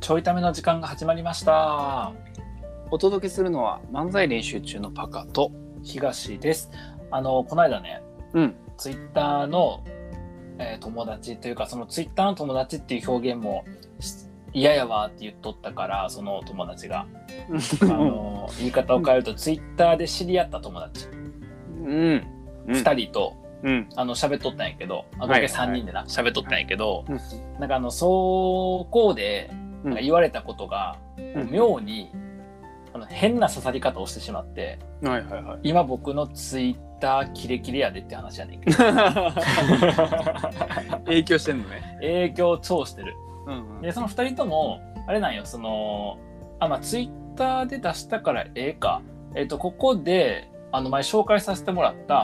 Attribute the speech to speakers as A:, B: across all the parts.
A: ちょいための時間が始まりました。
B: お届けするのは漫才練習中のパカと、
A: 東です。あのこの間ね、
B: うん、
A: ツイッターの、えー友達というかそのツイッターの友達っていう表現もし嫌やわって言っとったからその友達があ の言い方を変えるとツイッターで知り合った友達
B: うん、うん
A: 2人と
B: うん、
A: あの喋っとったんやけどあ合
B: はい
A: 計3人でな喋っとったんやけど
B: うん、
A: なんかあのそこで
B: う
A: な
B: ん
A: んか言われたことが
B: うん
A: 妙にあの変な刺さり方をしてしまって
B: はいはい はい。
A: 今僕のツイッターキレキレやでって話やねん けど
B: 影響してんのね。
A: 影響超してる。
B: うん
A: でその2人ともあれなんよそのあまあツイッターで出したからええかえっ、とここであの前紹介させてもらった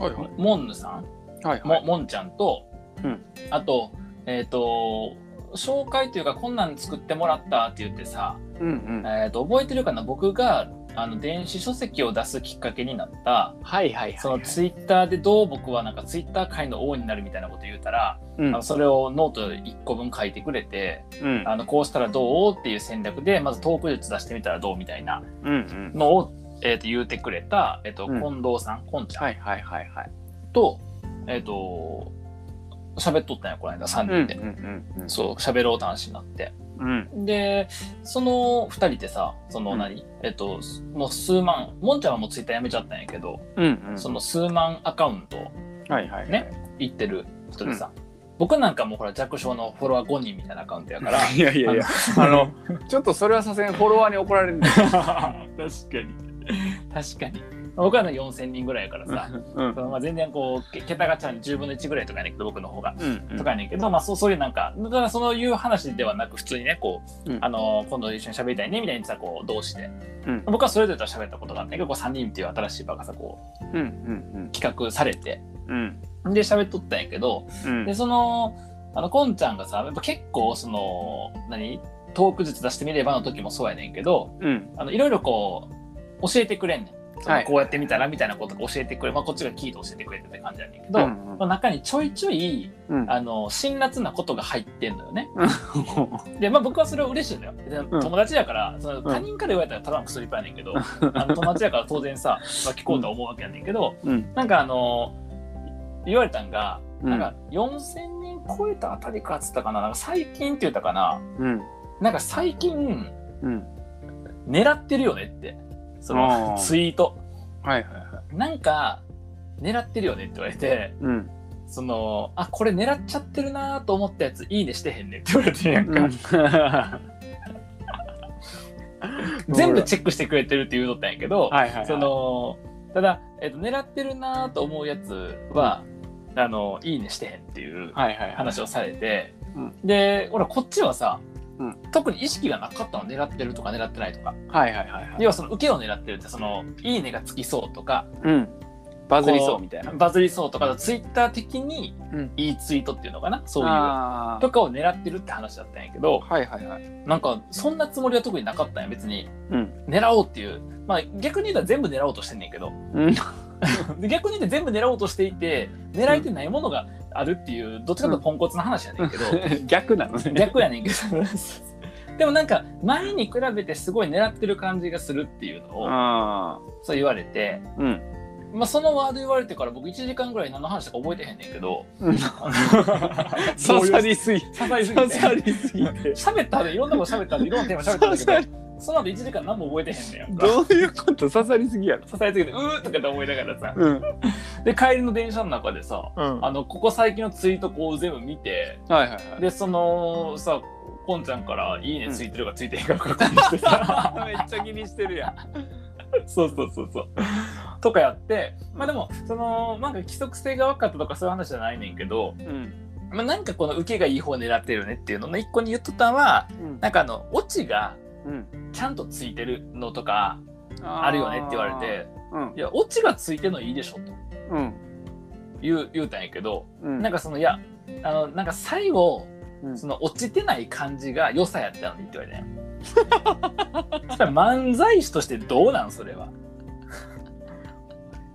B: はいはい。
A: モンヌさん
B: はい
A: も,、
B: はい。
A: もんちゃんと、
B: うん
A: あとえっ、と紹介というかこんなん作ってもらったって言ってさ、
B: うんうん。
A: えー、と覚えてるかな僕があの電子書籍を出すきっかけになった
B: はいはい
A: そのツイッターでどう僕はなんかツイッター界の王になるみたいなこと言うたら、
B: うん
A: あのそれをノート1個分書いてくれて、
B: うん
A: あのこうしたらどうっていう戦略でまずトーク術出してみたらどうみたいな
B: うんうん。
A: のを、えー、と言うてくれた、えーと
B: うん
A: 近藤さん、こんちゃん
B: はいはいはいはい。
A: と,、えー、と喋っとったんやこの間3
B: うんうん
A: 人で、
B: うん
A: そう喋ろうって話になって
B: うん。
A: でその2人ってさその
B: うん
A: 何、えっ、ともう数万もんちゃんはもうツイッターやめちゃったんやけど、
B: うんうん。
A: その数万アカウント
B: はいはいはい。
A: ね。行ってる人でさ、僕なんかもうほら弱小のフォロワー5人みたいなアカウントやから
B: いやいやいや、あの、ちょっとそれはさすがにフォロワーに怒られるんだよ。
A: 確かに確かに僕はね4000人ぐらいやからさ、
B: うん
A: そのまあ、全然こうけ桁がちゃん10分の1ぐらいとかやねんけど僕の方が。
B: うん
A: とかやねんけど、まあ、そうそういうなんかだからそういう話ではなく普通にねこう、
B: うん
A: あのー今度一緒に喋りたいねみたいにさこう同士で、
B: うん
A: 僕はそれぞれと喋ったことがあったんやけどこう3人っていう新しい場がさこ
B: うんうん
A: う企画されて
B: うんうん
A: で喋っとったんやけど
B: うん
A: でそのあのこんちゃんがさやっぱ結構その何トーク術出してみればの時もそうやねんけど、
B: うん
A: あのいろいろこう教えてくれんねん。その
B: はい
A: こうやってみたらみたいなことを教えてくれ、まあ、こっちが聞いて教えてくれてって感じやねんけど、
B: うんうん
A: まあ中にちょいちょい
B: うん
A: あの辛辣なことが入ってんのよね。
B: う
A: で、まあ、僕はそれは嬉しいのよ。で
B: ん
A: 友達やからその他人から言われたらただの薬パやねんけど、あの友達やから当然さ、まあ、聞こうとは思うわけやねんけど、
B: ん
A: なんかあの言われたんが、
B: うん
A: なんか4,000人超えたあたりかっつったかななんか最近って言ったかな
B: うん
A: なんか最近
B: うん
A: 狙ってるよねってそ
B: あ
A: の
B: ー
A: ツイート。
B: はいはいはい
A: なんか狙ってるよねって言われて
B: うん
A: そのあこれ狙っちゃってるなと思ったやついいねしてへんねんって言われてんやん
B: う
A: か、
B: ん
A: 全部チェックしてくれてるって言うとったんやけど、
B: はいはいはい
A: そのただ、えっと狙ってるなと思うやつはあのいいねしてへんっていう
B: はいはいはい
A: 話をされて、
B: うん
A: でほらこっちはさ、
B: うん
A: 特に意識がなかったの狙ってるとか狙ってないとか
B: はいはいはいはい
A: 要はその受けを狙ってるってそのいいねがつきそうとか
B: うんバズりそうみたいな
A: バズりそうとかツイッター的に
B: うん
A: いいツイートっていうのかなそういう
B: あー
A: とかを狙ってるって話だったんやけど
B: はいはいはい
A: なんかそんなつもりは特になかったんや別に
B: うん
A: 狙おうっていうまあ逆に言うたら全部狙おうとしてんねんけど
B: うん
A: で逆に言うと全部狙おうとしていて狙えてないものがあるっていうどっちかというとポンコツな話やねんけど、
B: 逆なの ね
A: 逆やねんけどでもなんか前に比べてすごい狙ってる感じがするっていうのを
B: あ
A: そう言われて。
B: ーうん
A: まあ、そのワード言われてから僕1時間ぐらい何の話とか覚えてへんねんけ ど
B: うん
A: 刺
B: 刺
A: さ
B: さ
A: り
B: りすぎ
A: 刺さりすぎ
B: 刺
A: て
B: さりすぎて
A: 喋ったでいろんなこと喋ったでいろんなテーマ喋ったんだ
B: 刺さ
A: け
B: り
A: どその後1時間何も覚えてへんねんやんか
B: どういうこと刺さりすぎやろ
A: 刺さりすぎてうーとかって思いながらさ
B: うん
A: で帰りの電車の中でさ
B: うん
A: あ
B: はい
A: のここ最近のツイートこう全部見て
B: はいはい
A: でそのさこんちゃんから「いいね」ついてるかついてへんか確 認してさ
B: めっちゃ気にしてるやん
A: そうそうそうそうとかやってまあでもそのなんか規則性が分かったとかそういう話じゃないねんけど
B: うん
A: まあ、なんかこの受けがいい方を狙ってるよねっていうのの一個に言っとったのは
B: うん
A: なんかあのオチが
B: うん
A: ちゃんとついてるのとか
B: あー
A: あるよねって言われて
B: うん
A: いやオチがついてるのいいでしょと
B: うん
A: 言う言うたんやけど、
B: うん
A: なんかそのいやあのなんか最後
B: うん
A: その落ちてない感じが良さやったのにって言われたんやそれは漫才師としてどうなんそれは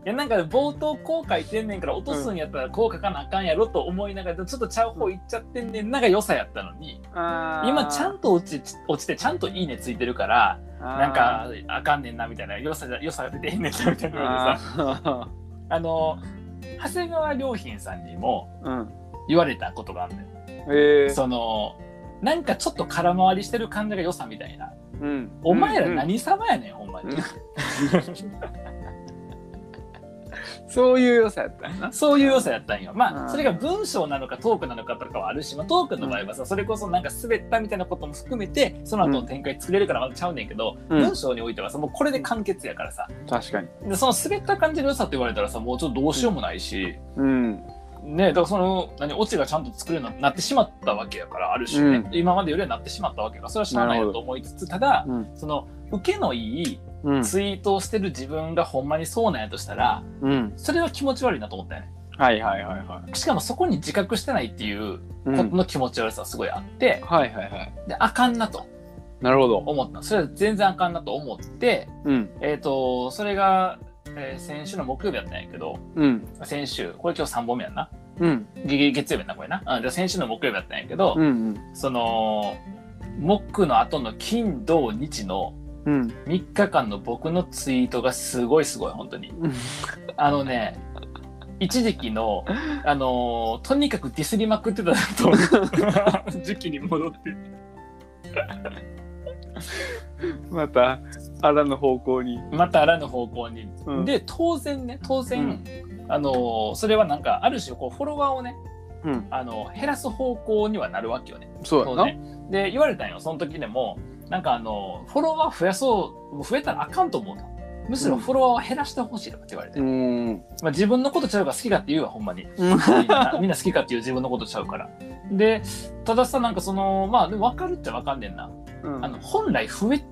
A: いやなんか冒頭こう書いてんねんから落とすんやったらこう書かなあかんやろと思いながらちょっとちゃう方いっちゃってんねんなんか良さやったのに今
B: 今
A: ちゃんと落ち落ちてちゃんといいねついてるからなんかあかんねんなみたいな良さじゃ良さが出てへんねんなみたいなのでさ
B: あ
A: あの長谷川良品さんにも
B: ーうん
A: 言われたことがあるんだよ
B: えー
A: そのなんかちょっと空回りしてる感じが良さみたいな
B: うん
A: お前ら
B: うん
A: 何様やねん、ほんまに
B: うそういう良さやったんやな
A: そういう良さやったんよ。ま
B: う
A: あ、
B: ん
A: それが文章なのかトークなのかとかはあるし、まあ、トークの場合はさ、それこそなんか滑ったみたいなことも含めて、その後の展開作れるからまだちゃうねんけど、
B: うん
A: 文章においてはさ、もうこれで完結やからさ、
B: 確かに
A: でその滑った感じの良さって言われたらさ、もうちょっとどうしようもないし、
B: うん
A: ね、だからその、何、オチがちゃんと作るようになってしまったわけやから、ある種ね、
B: う
A: 今までよりはなってしまったわけやから、それはしゃあないよと思いつつ、ただ、
B: うん
A: その、受けのいい
B: うん
A: ツイートをしてる自分がほんまにそうなんやとしたら、
B: うん
A: それは気持ち悪いなと思ったよね。
B: はいはいはいはい
A: しかもそこに自覚してないっていう
B: う
A: こと
B: ん
A: の気持ち悪さすごいあって、
B: はいはいはい
A: であかんなと
B: なるほど
A: 思ったそれは全然あかんなと思って、
B: うん
A: えー、とそれが、えー先週の木曜日やったんやけど
B: うん
A: 先週これ今日3本目やんな
B: うん
A: げ月曜日やんなこれなあで先週の木曜日やったんやけど、
B: うんうん
A: その木の後の金土日の
B: うん
A: 3日間の僕のツイートがすごいすごい本当に
B: うん
A: あのね一時期の、あのとにかくディスりまくってたなと思 う時期に戻って
B: またあらぬ方向に
A: またあらぬ方向に、
B: うん
A: で当然ね当然、あのーそれはなんかある種こうフォロワーをね
B: うん
A: あの減らす方向にはなるわけよね。
B: そうや
A: 当
B: な
A: 然で言われたんよその時でもなんかあのフォロワー増やそうもう増えたらあかんと思うとむしろフォロワーを減らしてほしいとかって言われて、
B: うん
A: まあ、自分のことちゃうから好きかって言うわほんまに
B: うん
A: みんな みんな好きかっていう自分のことちゃうから。でたださなんかそのまあでも分かるっちゃ分かんねんな、あの本来増え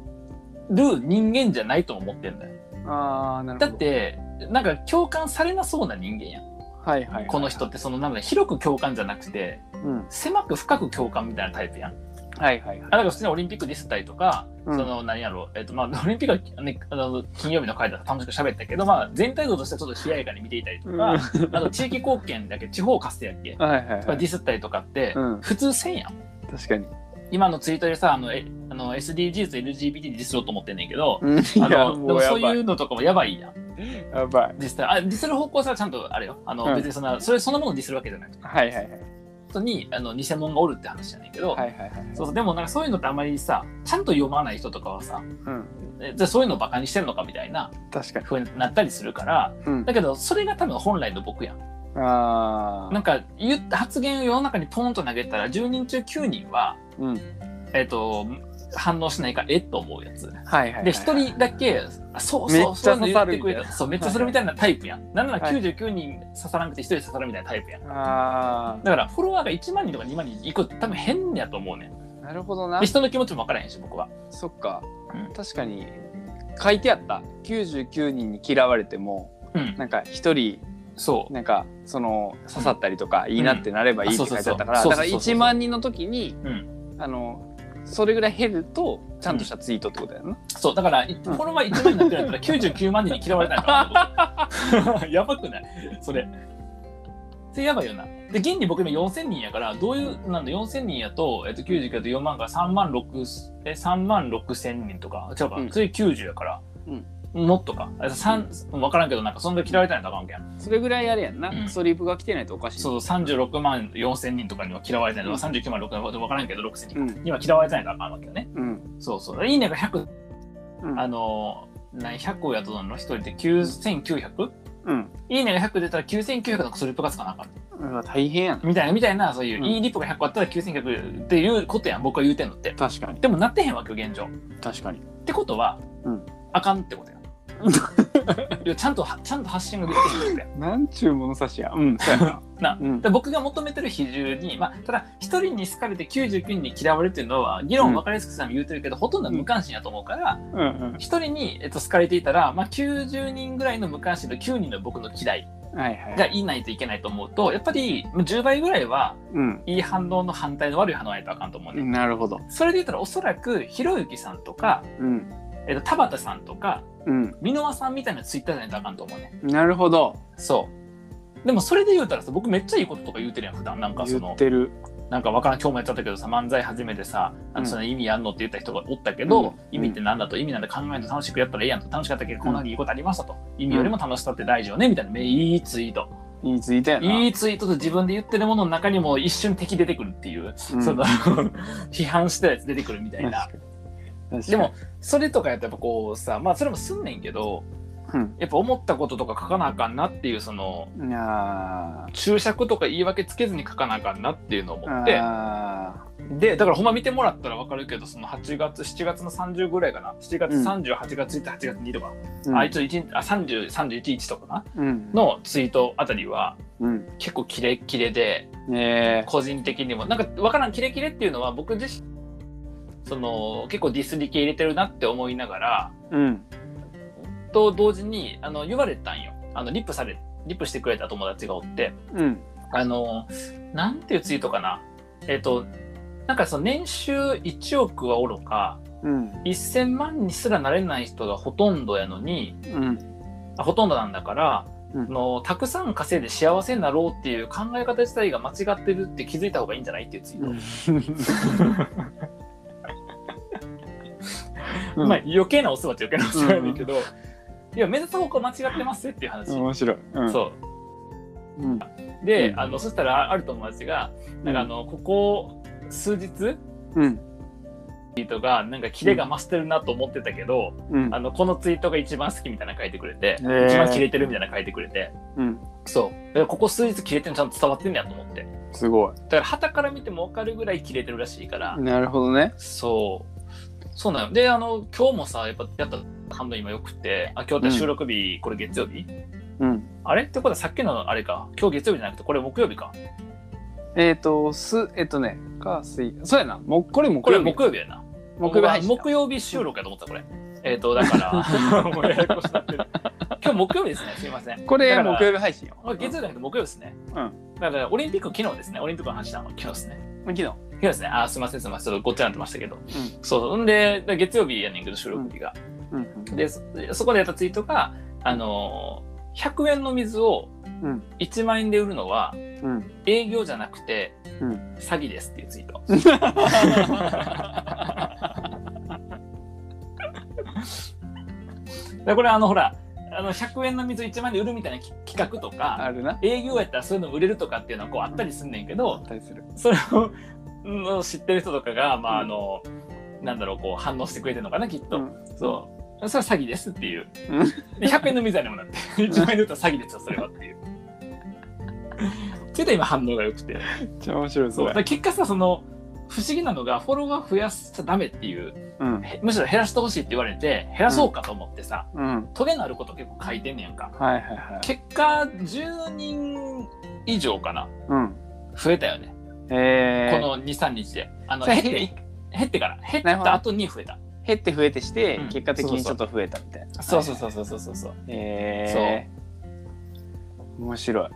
A: る人間じゃないと思ってんだよ。
B: あーなるほど
A: だってなんか共感されなそうな人間やん
B: はいはいはい
A: この人ってそのなんだ広く共感じゃなくて
B: うん
A: 狭く深く共感みたいなタイプやんあ
B: はいはいは
A: だ
B: い
A: から普通にオリンピックディスったりとか、
B: うん
A: その何やろう、えっとまあ、オリンピックは、ね、あの金曜日の回だと楽しく喋ったけど、まあ、全体像としてはちょっと冷ややかに見ていたりとか、あと地域貢献だけ地方活性やっけ、
B: はいはいは
A: デ
B: い
A: ィスったりとかって、
B: うん
A: 普通せんやん
B: 確かに
A: 今のツイートでさあのえあの SDGs と LGBT ディスろうと思ってんねんけど、
B: うんい
A: あ
B: や
A: ので
B: も
A: も
B: うや
A: そう
B: ば
A: い
B: いう
A: のとかもやばいやん
B: やばい
A: ディスったあディスる方向性はちゃんとあれよあの、
B: うん
A: 別にそんなそれそのものディスるわけじゃなくて
B: はいはいはい
A: 本当にあの偽物がおるって話じゃないけど、
B: はいはいはい
A: そうそうでもなんかそういうのってあんまりさちゃんと読まない人とかはさ
B: うん
A: えじゃあそういうのをバカにしてるのかみたいな
B: 確かに
A: ふうになったりするから
B: うん
A: だけどそれが多分本来の僕やん
B: あ
A: なん
B: あ
A: か言った発言を世の中にポンと投げたら10人中9人は、
B: うん
A: えっと反応しないからえっと思うやつ
B: はいはいはい
A: で1人だけ「あそう
B: めっ
A: そう
B: ち
A: そ
B: ゃ
A: ういうの言
B: 刺さ
A: っ
B: る
A: て
B: み
A: く
B: たい
A: れ
B: な
A: た」そうめっちゃそれみたいなタイプやんなんなら99人刺さらなくて1人刺さるみたいなタイプやん
B: あ
A: だからフォロワーが1万人とか2万人いく多分変やと思うねん
B: あなるほどな
A: で人の気持ちも分からへんし僕は
B: そっか、
A: うん
B: 確かに書いてあった99人に嫌われても
A: うん
B: なんか一人
A: そう
B: なんかその刺さったりとかいいなってなればいいって書いてあったか
A: あ
B: ら
A: そう
B: だ
A: そう
B: か
A: そう
B: ら1万人の時に、
A: う
B: あのそれぐらい減るとちゃんとしたツイートってことだよな、
A: そうだからいフォロワー1万人になってるんだったら99万人に嫌われたんかな やばくないそれそれやばいよなで現に僕今4000人やからどういうなんだ4000人やと,、えっと99だと4万から3万6え3万6000人とか違うか、
B: うん
A: それ90やから、もっとか3、分からんけどなんかそんな嫌われたんやったらあかんけん
B: それぐらいあれやんな、
A: うん
B: ストリープが来てないとおかしい
A: そう36万4千人とかには嫌われてないのか、39万6千人分からんけど6千人
B: うん
A: には嫌われてないからあかんわけよね
B: うん
A: そうそういいねが100
B: うん
A: あの何100を雇うの一人で 9900?
B: うん
A: いいねが100出たら9900のスリップがつかなあかっ
B: うわ大変やな
A: みたいなみたいなそういう、
B: うん
A: いいリップが100個あったら9900っていうことやん僕は言うてんのって
B: 確かに
A: でもなってへんわけよ現状っ
B: 確かに
A: てことは、
B: うん
A: あかんってことや いやちゃんとはちゃんと発信ができてるんだよ
B: なんちゅう物差しやうんそうやな
A: な、
B: うん
A: で僕が求めてる比重に、まあ、ただ一人に好かれて99人に嫌われるっていうのは議論分かりやすくさんも言うてるけど、ほとんど無関心やと思うから
B: うん
A: 一人に、えっと、好かれていたら、まあ、90人ぐらいの無関心と9人の僕の嫌い
B: うんはいはい
A: がいないといけないと思うとやっぱり10倍ぐらいは
B: うん
A: いい反応の反対の悪い反応はないとあかんと思うね、
B: なるほど
A: それで言ったらおそらくひろゆきさんとか
B: うん
A: えっと、田畑さんとか
B: うん。
A: 箕輪さんみたいなツイッターじゃないとあかんと思うね
B: なるほど。
A: そうでもそれで言うたらさ僕めっちゃいいこととか言うてるやん普段なんかそ
B: 言
A: の
B: ってる。
A: なんかわからん今日もやっちゃったけどさ漫才初めてさあ
B: うん
A: のその意味あんのって言った人がおったけど、
B: うん
A: 意味ってなんだと意味なんで考えると楽しくやったらええやんと楽しかったけどこんなにいいことありましたと、意味よりも楽しさって大事よねみたいなめいいツイート
B: いいツイートやな。
A: いいツイートと自分で言ってるものの中にも一瞬敵出てくるっていう、
B: うん
A: その 批判したやつ出てくるみたいな
B: 確かに。
A: でも、それとかやったらやっぱこうさまあそれもすんねんけど
B: うん。
A: やっぱ思ったこととか書かなあかんなっていうその
B: いやー
A: 注釈とか言い訳つけずに書かなあかんなっていうのを思って
B: あ
A: でだからほんま見てもらったら分かるけどその8月7月の30ぐらいかな7月30、8月1 8月2とか、
B: ーうん
A: あいつ1あ30、311とかか
B: うん
A: なのツイートあたりは
B: うん
A: 結構キレッキレで
B: え
A: 個人的にもなんか分からんキレキレっていうのは僕自身その結構ディスり系入れてるなって思いながら
B: ーうん
A: と同時にあの言われたんよあのリップされリップしてくれた友達がおって
B: うん
A: あの、なんていうツイートかな。えっ、と、なんかその年収1億はおろか、
B: うん
A: 1000万にすらなれない人がほとんどやのに、
B: うん
A: あほとんどなんだから、
B: うん
A: あのたくさん稼いで幸せになろうっていう考え方自体が間違ってるって気づいた方がいいんじゃないっていうツイート。
B: うん
A: まあ余計なお世話って余計なお 世話やねんけど、いや、目指す方向間違ってますっていう話。
B: 面白いうん
A: そう
B: うん
A: う。で、
B: うん
A: あの、そしたらある友達が、なんかあの、ここ数日、
B: うん
A: ツイートがなんかキレが増してるなと思ってたけど、
B: うん
A: あのこのツイートが一番好きみたいなの書いてくれて、
B: へー
A: 一番キレてるみたいなの書いてくれて
B: うん
A: そうでここ数日キレてるのちゃんと伝わってんねやと思って
B: すごい
A: だから旗から見ても分かるぐらいキレてるらしいから、
B: なるほどね
A: そうそうなのであの今日もさやっぱやった反応今よくてあ今日って収録日、これ月曜日
B: うん
A: あれってことはさっきのあれか今日月曜日じゃなくてこれ木曜日か
B: えっとすえっとね火水そうやなもうこれも
A: これ木曜日やな
B: 木曜日配信
A: 木曜日収録やと思ってたこれえっ、とだから もうややこしなってる今日木曜日ですねすいません
B: これ
A: だから
B: 木曜日配信よ
A: まあ、月曜じゃなくて木曜日ですね。
B: うん。
A: だから、オリンピック昨日ですね。オリンピックの話なの、昨日ですね。
B: 昨日
A: 昨日ですね。あー、すいません、すいません。ちょっとごっちゃになってましたけど。そうそう。んで、で月曜日やねんけど、収録日が。
B: うん
A: でそ、そこでやったツイートが、あのー100円の水を
B: うん
A: 1万円で売るのは
B: うん
A: 営業じゃなくて
B: う
A: 詐欺ですっていうツ イート。でこれあのほらあの100円の水1万円で売るみたいなき企画とか
B: あるな
A: 営業やったらそういうの売れるとかっていうのはこうあったりすんねんけど、
B: 対する
A: それをの知ってる人とかが、まああのなんだろうこう反応してくれてるのかなきっと、
B: うん
A: そうそれは詐欺ですっていう、
B: うん
A: で100円の水にもなって1万円だったら詐欺ですよそれはっていうちょっと今反応が良くて
B: めっちゃ面白い
A: そう
B: そ
A: だ
B: れ
A: から結果さその不思議なのがフォロワー増やしちゃダメっていう
B: うん
A: へむしろ減らしてほしいって言われて減らそうかと思ってさ、
B: うん
A: トゲのあること結構書いてんねやんか
B: はいはいはい
A: 結果10人以上かな
B: うん
A: 増えたよね
B: え
A: こ
B: ー
A: の23日であの
B: それ
A: 減っ
B: 減って
A: て減ってから減っ
B: なるほど
A: た後に増えた
B: 減って増えてして
A: うん
B: 結果的にちょっと増えたみたいな
A: そうそうそうそうそうそうそう
B: へえ面白い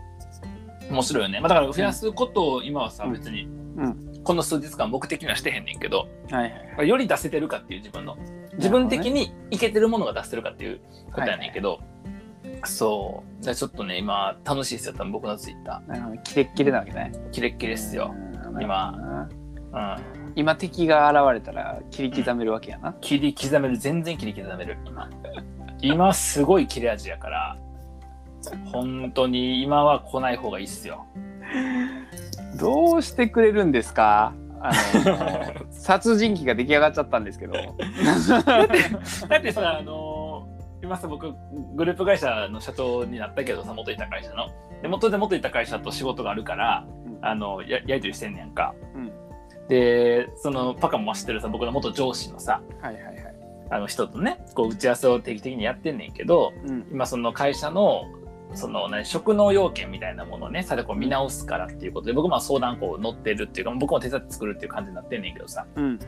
A: 面白いよね、まあ、だから増やすことを今はさ
B: うん
A: 別に
B: うん
A: この数日間僕的にはしてへんねんけど
B: はいはい
A: より出せてるかっていう自分の自分的にいけてるものが出せてるかっていうことやねんけど、そうだからちょっとね今楽しいですよ多分僕のツイッタ
B: なるほどキレッキレなわけね
A: ーキレッキレですよ、
B: うん
A: 今うん、
B: 今敵が現れたら切り刻めるわけやな
A: 切り刻める全然切り刻める今今すごい切れ味やから本当に今は来ない方がいいっすよ
B: どうしてくれるんですかあ の殺人鬼が出来上がっちゃったんですけど
A: だってさあのー今さ僕グループ会社の社長になったけどさ元いた会社ので元で元いた会社と仕事があるからあのややり取りしてんねやんか
B: うん
A: でそのパカも知ってるさ僕の元上司のさ
B: はいはいはい
A: あの人とねこう打ち合わせを定期的にやってんねんけど
B: うん
A: 今その会社のその何職能要件みたいなものをねさてこう見直すからっていうことで僕も相談こう乗ってるっていうか僕も手伝って作るっていう感じになってんねんけどさ
B: うん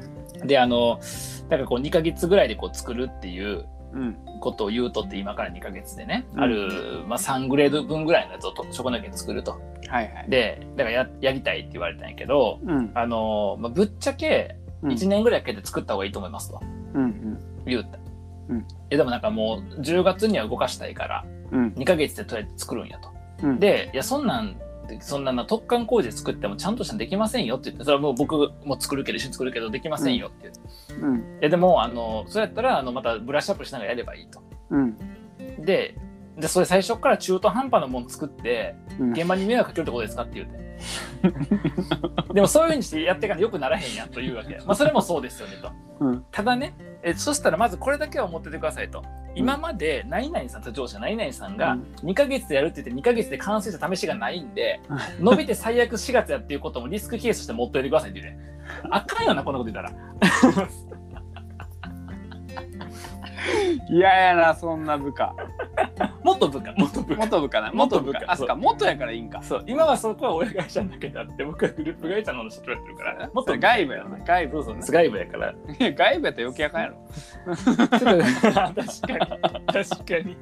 A: であのなんかこう2ヶ月ぐらいでこう作るっていう
B: うん
A: ことを言うとって今から2ヶ月でね、
B: うん
A: ある、まあ、3グレード分ぐらいのやつをと職能要件作ると
B: はいはい
A: でだからややりたいって言われたんやけど
B: うん
A: あの、まあ、ぶっちゃけ
B: うん
A: 1年ぐらいかけて作った方がいいと思いますと
B: うん
A: 言うた、
B: うん
A: えでもなんかもう10月には動かしたいから
B: うん
A: 2ヶ月でとりあえず作るんやと。
B: うん
A: でいやそんなんそんなな突貫工事作ってもちゃんとしたのできませんよって言ってそれはもう僕も作るけど一緒に作るけどできませんよって言って、
B: うん
A: えでもあのそれやったらあのまたブラッシュアップしながらやればいいと。
B: うん
A: ででそれ最初から中途半端なもん作って
B: うん
A: 現場に迷惑かけるってことですかって言うてでもそういうふうにして やってからよくならへんやんというわけ、まあ、それもそうですよねと
B: うん
A: ただねえそしたらまずこれだけは思っててくださいと今まで何々さんと上司何々さん
B: う
A: が
B: ん
A: 2ヶ月でやるって言って2ヶ月で完成した試しがないんで伸びて最悪4月やっていうこともリスクケースとして持っておいてくださいって言うねあかんよなこんなこと言ったら
B: 嫌やなそんな部下
A: 元部下元部下
B: 元部下な
A: 元部
B: 元部
A: 下
B: 下あそっか
A: そう
B: 元やからいいんか
A: そう今はそこは親会社なだけだって僕はグループ会社の社長やってるから
B: そ
A: 元
B: れ外部やな外
A: そう
B: 部
A: そう外部やから
B: 外部やったら余計あかんやろ
A: ちょっと 確かに確かに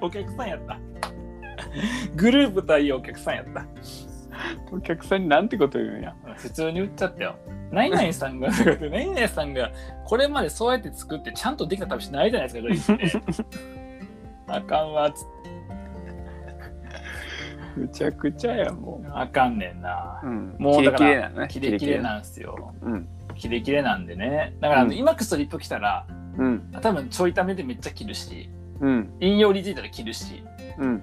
A: お客さんやったグループ対お客さんやった
B: お客さんになんてこと言うんや
A: 普通に売っちゃったよナイナイさんがナイナイさんがこれまでそうやって作ってちゃんとできた試しないじゃないですかドイツ ってあかんわつって
B: むちゃくちゃやも
A: あかんねんな
B: う、うん、
A: もうだから
B: キレキレなのね
A: キレキレなんすよ
B: うん
A: キレキレなんでねだからあの、
B: うん
A: 今くそリップ来たら
B: うん
A: 多分ちょいためでめっちゃ切るし
B: うん
A: 引用リツイートで切るし、
B: うん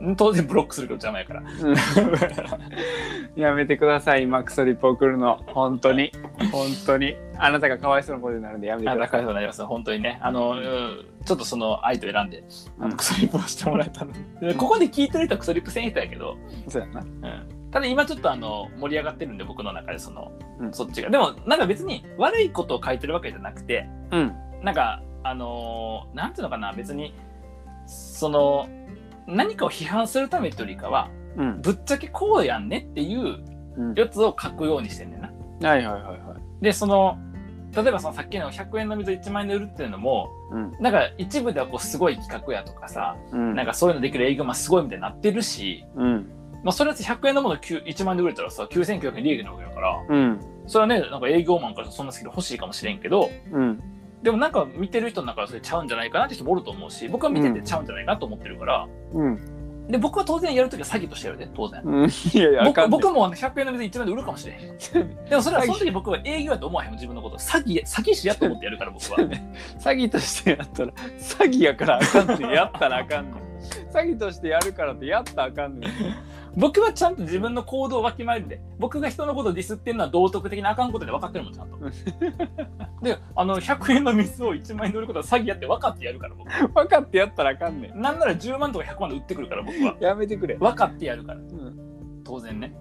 A: うん、当然ブロックするけど邪魔やから
B: うん やめてください今クソリップ送るの本当に本当にあなたがかわいそうなことになるんでやめて
A: あ
B: くだ
A: 高
B: さ
A: い
B: い
A: そうになります本当にねあの、うんちょっとその愛と選んであ
B: う
A: の
B: ん
A: クソリップをしてもらえたのでここで聞いてる人はクソリップせん人やけど、
B: そうやな
A: うん、ただ今ちょっとあの盛り上がってるんで僕の中でその、
B: うん
A: そっちがでもなんか別に悪いことを書いてるわけじゃなくて
B: うん
A: なんかあのーなんていうのかな別にその何かを批判するためというよりかは
B: うん
A: ぶっちゃけこうやんねっていう
B: うん
A: やつを書くようにしてんねんな。
B: はいはいはいはい
A: でその例えばそのさっきの100円の水を1万円で売るっていうのも
B: うん
A: なんか一部ではこうすごい企画やとかさ、
B: うん
A: なんかそういうのできる営業マンすごいみたいになってるし、
B: うん
A: まあ、それだって100円のもの9 1万円で売れたらさ9900円利益なわけだから
B: うん
A: それはねなんか営業マンからそんなスキル欲しいかもしれんけど
B: うん
A: でもなんか見てる人の中でそれちゃうんじゃないかなって人もおると思うし僕は見ててちゃうんじゃないかなと思ってるから、
B: うん
A: で僕は当然やるときは詐欺としてやるで当然。
B: うんいやいやあか
A: 僕
B: んね
A: 僕もあの100円の水1万円で売るかもしれへん。 でもそれはその時僕は営業やと思わへんもん自分のこと。詐欺、詐欺師やと思ってやるから僕は。
B: 詐欺としてやったら詐欺やからあかんってやったらあかんねん詐欺としてやるからってやったらあかんねん
A: 僕はちゃんと自分の行動をわきまえるんで僕が人のことをディスってるのは道徳的なあかんことで分かってるもん ちゃんとであの100円の水を1万円で売ることは詐欺やって分かってやるから僕
B: 分かってやったらあかんねん
A: なんなら10万とか100万で売ってくるから僕は
B: やめてくれ
A: 分かってやるから
B: うん
A: 当然ね、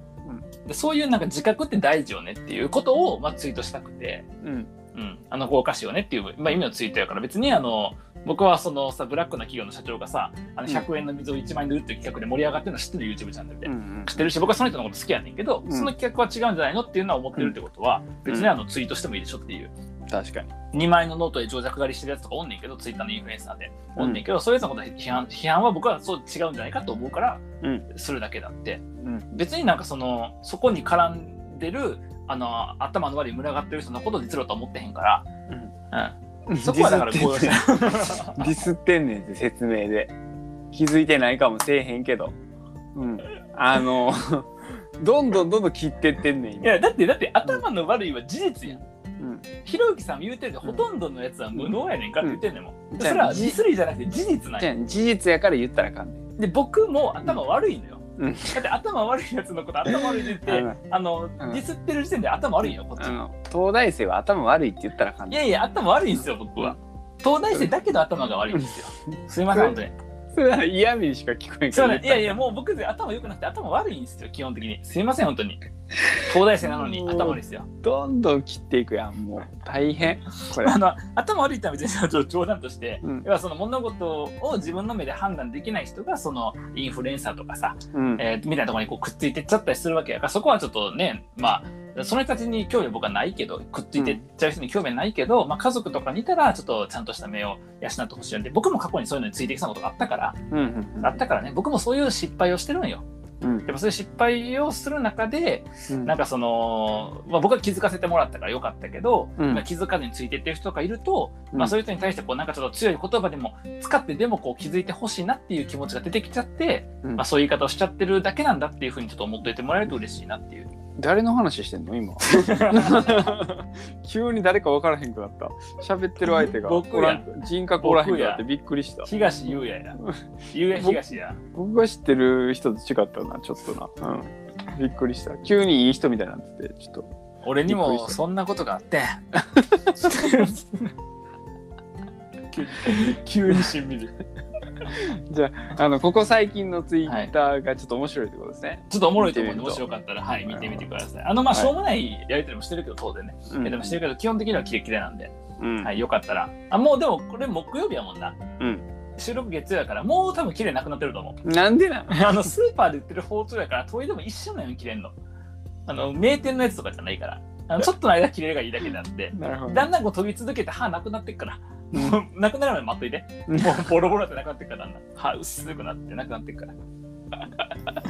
B: う
A: でそういうなんか自覚って大事よねっていうことを、まあ、ツイートしたくて、
B: うん
A: うん、あのこうおかしいよねっていう、まあ、意味のツイートやから別にあの僕はそのさブラックな企業の社長がさあの100円の水を1万円で売るっていう企画で盛り上がってるの知ってる YouTube チャンネルで
B: う、ん
A: してるし僕はその人のこと好きやねんけど、
B: うん
A: その企画は違うんじゃないのっていうのは思ってるってことは、別にあのツイートしてもいいでしょっていう
B: 確かに
A: 2枚のノートで情弱狩りしてるやつとかおんねんけどツイッターのインフルエンサーで
B: うん
A: おんねんけど、そういうやつのことは批判批判は僕はそう違うんじゃないかと思うから、
B: うん
A: するだけだって
B: うん
A: 別になんかそのそこに絡んでるあの頭の悪い群がってる人のことを実ろうとは思ってへんから、うんそこはだから
B: デ
A: こうし
B: ィ
A: た
B: スってんねんって説明で気づいてないかもせえへんけどうんあの どんどんどんどん切ってってんね ん
A: い
B: 今
A: やだってだって頭の悪いは事実やん
B: うん
A: ひろゆきさん言うてるけどほとんどのやつは無能やねんかって言ってんねんもん、
B: うん
A: それはディスリーじゃなくて事実なん
B: じ
A: や
B: ゃあ事実やから言ったらあかんねん
A: で僕も頭悪いのよ、
B: うん
A: だって頭悪いやつのこと頭悪いって言ってあの、
B: ん
A: ディスってる時点で頭悪いよこっち、
B: あの東大生は頭悪いって言ったらあかん
A: い
B: ねん
A: やいや頭悪いんですよ僕は東大生だけど頭が悪いんですよ、すいません本当に
B: それは嫌味にしか聞こえ ん
A: そ
B: か
A: う
B: ら
A: ねいやいやもう僕頭良くなくて頭悪いんですよ基本的にすいません本当に東大生なのに
B: うん
A: 頭悪いですよ
B: どんどん切っていくやんもう大変これ
A: あの頭悪いってのは別に冗談として、
B: うん
A: 要はその物事を自分の目で判断できない人がそのインフルエンサーとかさ
B: うん
A: えーみたいなところにこうくっついてっちゃったりするわけやからそこはちょっとねまあその人たちに興味は僕はないけどくっついてっちゃう人に興味はないけど、まあ、家族とかにいたらちょっとちゃんとした目を養ってほしいんで僕も過去にそういうのについてきたことがあったから
B: うんうん
A: あったからね僕もそういう失敗をしてるんよ
B: うん
A: やっぱそういう失敗をする中で
B: うん
A: なんかその、まあ、僕は気づかせてもらったからよかったけど、
B: うん
A: まあ気づかずについてってる人がいると、ま
B: う
A: あ、
B: ん
A: そういう人に対してこうなんかちょっと強い言葉でも使ってでもこう気づいてほしいなっていう気持ちが出てきちゃって、
B: うん
A: まあ、そういう言い方をしちゃってるだけなんだっていうふうにちょっと思っといてもらえると嬉しいなっていう。
B: 誰の話してん の今急に誰か分からへんくなった喋ってる相手が
A: 僕や
B: おらんく人格おらへんくなってびっくりした
A: 東優也や。優也東や。
B: 僕が知ってる人と違ったなちょっとな、うん、びっくりした急にいい人みたいになっててちょっと
A: 俺に
B: びっくりし
A: も
B: た
A: そんなことがあ ってん。急に急にしんみり。
B: あのここ最近のツイッターがちょっと面白いってことですね、
A: ちょっとおもろいと思うんで、
B: 見
A: も
B: てみる
A: し
B: と
A: よかったら、はい、見てみてください。あの、まあ、
B: はい
A: しょうもないやりとりもしてるけど、当然ね。
B: うん
A: えでもしてるけど、基本的にはキレキレなんで、
B: うん
A: はい、よかったら。あ、もうでも、これ木曜日やもんな。
B: うん
A: 収録月曜やから、もう多分キレなくなってる と思う。
B: なんでなん
A: あの、スーパーで売ってる包丁やから、問いでも一緒なように切れんの。あの、名店のやつとかじゃないから。あのちょっとの間切れがいいだけであって。
B: なるほど
A: だんだんこう研ぎ続けて歯なくなってっから。
B: うん
A: もうなくなるまで待っといて。
B: うん
A: もうボロボロってなくなってっからだんだん。歯薄くなってなくなってっから。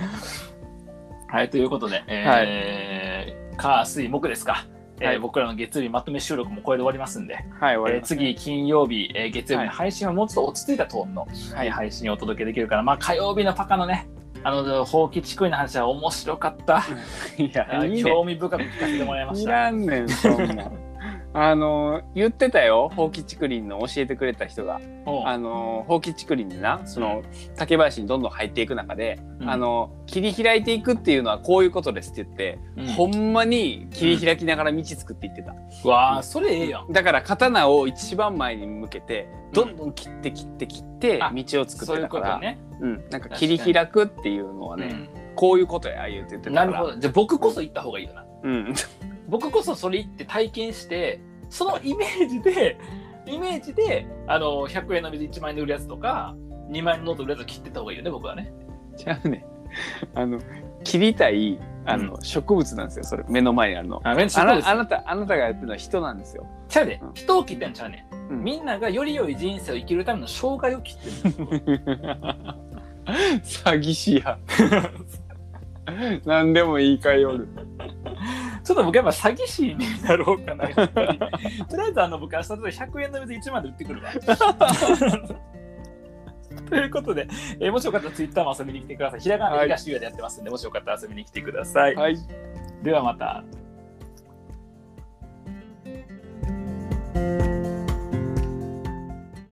A: はい、ということで、えー、火、水、木ですか。えー
B: はい
A: 僕らの月曜日まとめ収録もこれで終わりますんで、
B: はい終わ
A: え
B: り
A: ー
B: ま
A: 次金曜日、えー月曜日
B: はい
A: の配信はもうちょっと落ち着いたトーンの、
B: す
A: はい、配信をお届けできるから、まあ、火曜日のパカのね、あの、放棄地区の話は面白かった。
B: いやいいね
A: 興味深く聞かせてもらいまし
B: い
A: た。
B: らんねんそんなん あの言ってたよほうき竹林の教えてくれた人が
A: おう
B: あのほうき竹林でなその竹林にどんどん入っていく中で、
A: うん
B: あの切り開いていくっていうのはこういうことですって言って、
A: うん
B: ほんまに切り開きながら道作っていってた、
A: わあ、それええやん。
B: だから刀を一番前に向けてどんどん切って切って切って
A: あ
B: 道を作っ
A: そう
B: て
A: いう
B: たか
A: こと
B: ら
A: ね。
B: うんなんか切り開くっていうのはね、こういうことや言うて言って
A: う
B: た
A: んな
B: から
A: るほど。じゃあ僕こそ行った方がいいよな。
B: うん、
A: 僕こそそれ行って体験して、そのイメージで、イメージで、あの、100円の水1万円で売るやつとか、2万円のノートで売るやつを切ってった方がいいよね、僕はね。
B: ちゃうねあの切りたいあの、植物なんですよそれ目の前にあるの
A: あ、めっ
B: あ
A: です
B: なあなたあなたがやってるのは人なん ですよ、
A: ちゃうで
B: う。ん
A: 人を切ってんちゃうね。
B: うん
A: みんながより良い人生を生きるための障害を切ってる。
B: 詐欺師や何でも言い換えよる
A: ちょっと僕やっぱ詐欺師になろうか な。やっぱりとりあえずあの僕明日ちょっと100円の水1万で売ってくる わ。ということで、えーもしよかったらツイッターも遊びに来てください。ひらがなで東優也でやってますんで、もしよかったら遊びに来てください。
B: はい
A: ではまた。